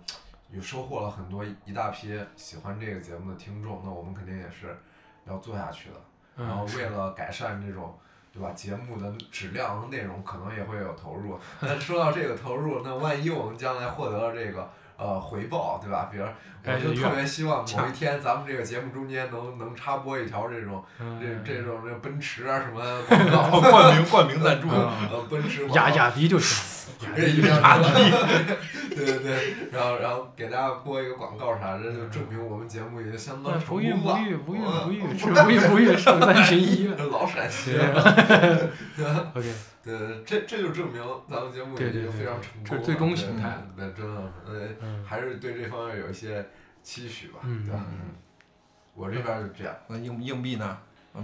Speaker 6: 有收获了很多一大批喜欢这个节目的听众，那我们肯定也是要做下去的。然后
Speaker 4: 嗯，
Speaker 6: 为了改善这种。对吧？节目的质量和内容可能也会有投入， (laughs) 但说到这个投入，那万一我们将来获得了这个呃回报，对吧？比如，我
Speaker 4: 哎
Speaker 6: 就
Speaker 4: 这
Speaker 6: 特
Speaker 4: 个
Speaker 6: 别希望某
Speaker 5: 恰
Speaker 6: 一天咱们这个节目中间能能插播一条这种这
Speaker 4: 嗯
Speaker 6: 这种这奔驰啊
Speaker 5: (laughs)
Speaker 6: 什么广告，
Speaker 5: 冠名冠名赞助
Speaker 4: 啊
Speaker 6: 呃，奔驰广告
Speaker 4: (laughs) 雅雅迪就行，雅
Speaker 6: 这
Speaker 4: 迪
Speaker 6: 一
Speaker 4: 就
Speaker 6: 定
Speaker 4: 行
Speaker 6: 要， (laughs) 对对对，然后然后给大家播一个广告啥的，这就证明我们节目已经相当成
Speaker 4: 不孕
Speaker 6: 功
Speaker 4: 不
Speaker 6: 了。
Speaker 4: 育不孕
Speaker 6: 嗯
Speaker 4: 不育， (laughs)
Speaker 6: (laughs)
Speaker 4: 只不孕不育胜三群一。 (laughs)
Speaker 6: 老陕西
Speaker 4: 对 (laughs)
Speaker 6: 了，
Speaker 4: OK，
Speaker 6: (laughs) 对，这这就证明咱们节目已
Speaker 4: 对对
Speaker 6: 经
Speaker 4: 对
Speaker 6: 非常
Speaker 4: 对
Speaker 6: 成功
Speaker 4: 这是最终形态
Speaker 6: 对，对真的，呃，
Speaker 4: 嗯
Speaker 6: 还是对这方面有一些期许吧，
Speaker 4: 嗯
Speaker 6: 对吧？我这边就这样，
Speaker 5: 那硬硬币呢？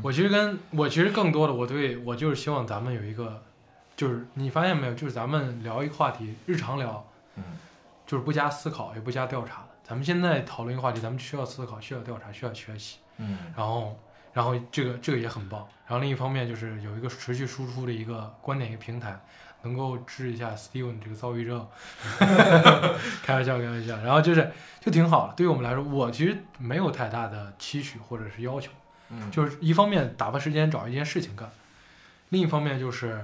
Speaker 4: 我其实跟我其实更多的我对我就是希望咱们有一个，就是你发现没有，就是咱们聊一个话题，日常聊，
Speaker 5: 嗯，
Speaker 4: 就是不加思考也不加调查的。咱们现在讨论一个话题，咱们需要思考，需要调查，需要学习，
Speaker 5: 嗯
Speaker 4: 然后然后这个这个也很棒。然后另一方面就是有一个持续输出的一个观点一个平台，能够治一下 Steven 这个躁郁症， (laughs) 开玩笑开玩笑。然后就是就挺好的，对于我们来说，我其实没有太大的期许或者是要求。
Speaker 5: 嗯，
Speaker 4: 就是一方面打发时间找一件事情干，另一方面就是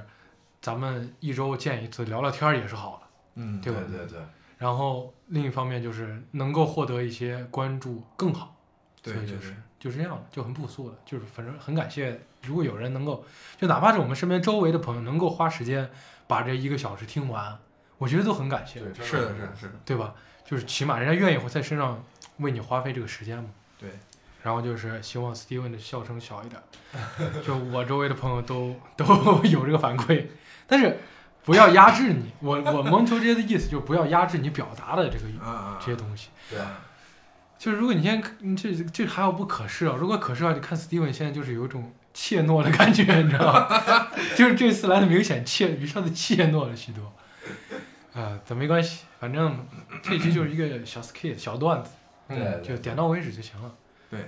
Speaker 4: 咱们一周见一次聊聊天儿也是好的。
Speaker 5: 嗯
Speaker 4: 对吧
Speaker 6: 对对，
Speaker 4: 然后另一方面就是能够获得一些关注更好，
Speaker 5: 对
Speaker 4: 所以
Speaker 5: 对
Speaker 4: 就是
Speaker 5: 对
Speaker 4: 就是这样的，就很朴素的，就是反正很感谢，如果有人能够，就哪怕是我们身边周围的朋友能够花时间把这一个小时听完，我觉得都很感谢，
Speaker 6: 对，真
Speaker 5: 是的，是的，是的，
Speaker 4: 对吧？就是起码人家愿意在身上为你花费这个时间嘛。
Speaker 5: 对。
Speaker 4: 然后就是希望 Steven 的笑声小一点儿，就我周围的朋友都都有这个反馈，但是不要压制你。我我蒙球这些的意思就是不要压制你表达的这个
Speaker 5: 啊啊，啊
Speaker 4: 这些东西。
Speaker 6: 对啊。
Speaker 4: 就是如果你现在你这这还好不可视啊，如果可视的话，你看 Steven 现在就是有一种怯懦的感觉，你知道吗？ (laughs) 就是这次来的明显怯，比上次怯懦了许多。啊、但没关系，反正这期就是一个小 skit 小段子，
Speaker 6: 对
Speaker 5: 嗯
Speaker 6: 对
Speaker 4: 就点到为止就行了。
Speaker 5: 对，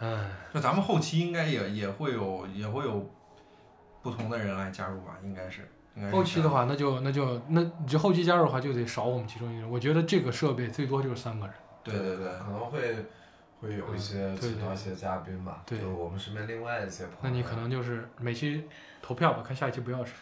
Speaker 4: 哎。
Speaker 5: 就咱们后期应该也也会有也会有不同的人来加入吧，应该是。应该是
Speaker 4: 后期的
Speaker 5: 这样，
Speaker 4: 话，那就那就那你这后期加入的话，就得少我们其中一个人。我觉得这个设备最多就是三个人。
Speaker 5: 对对对，
Speaker 6: 可能会会有一些
Speaker 4: 嗯对
Speaker 6: 请到一些嘉宾吧，
Speaker 4: 对
Speaker 6: 就是我们身边另外一些朋友。
Speaker 4: 那你可能就是每期投票吧，看下一期不要谁。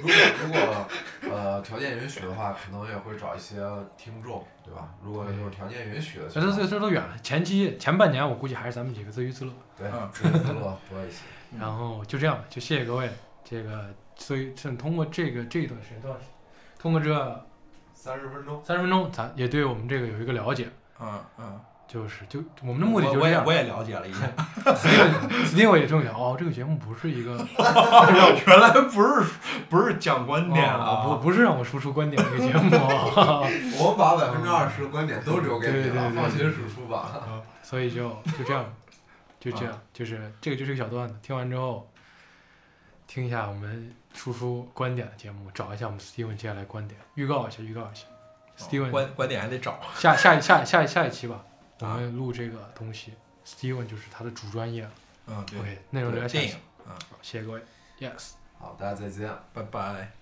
Speaker 6: 如果如果呃条件允许的话，可能也会找一些听众，对吧？如果有条件允许的情
Speaker 4: 哎这这
Speaker 6: 况，
Speaker 4: 这都远了，前期前半年我估计还是咱们几个自娱自乐。
Speaker 6: 对
Speaker 5: 嗯，
Speaker 6: 自娱自乐多一些。
Speaker 5: 嗯
Speaker 4: 然后就这样吧，就谢谢各位。这个所以趁通过这个这一段时间，多长时间通过这
Speaker 6: 三十分钟，
Speaker 4: 三十分钟，咱也对我们这个有一个了解。
Speaker 5: 嗯嗯，
Speaker 4: 就是就我们的目的就是这
Speaker 5: 我我也
Speaker 4: 样
Speaker 5: 我。也了解了
Speaker 4: (laughs)
Speaker 5: 一下， (laughs)
Speaker 4: Steve 也正聊哦，这个节目不是一个
Speaker 5: 原来不是不是讲观点啊，
Speaker 4: 哦不不是让我输出观点的一个节目啊。
Speaker 6: 我们把百分之二十观点都留给你
Speaker 4: 对对
Speaker 6: 了，
Speaker 4: 对
Speaker 6: 放心输出吧。
Speaker 4: 所以就就这样，就这
Speaker 5: 啊
Speaker 4: 样，就是这个就是个小段子。听完之后，听一下我们输出观点的节目，找一下我们 Steven 接下来观点，预告一下，预告一下。Steven
Speaker 5: 哦观观点还得找，
Speaker 4: 下下一下下下一期吧，我
Speaker 5: 啊
Speaker 4: 们录这个东西。Steven 就是他的主专业了。
Speaker 5: 嗯对，
Speaker 4: OK，内容留在
Speaker 5: 对
Speaker 4: 下
Speaker 5: 电
Speaker 4: 期
Speaker 5: 影。，
Speaker 4: 好谢谢各位。Yes。
Speaker 6: 好，大家再见。
Speaker 5: 拜拜。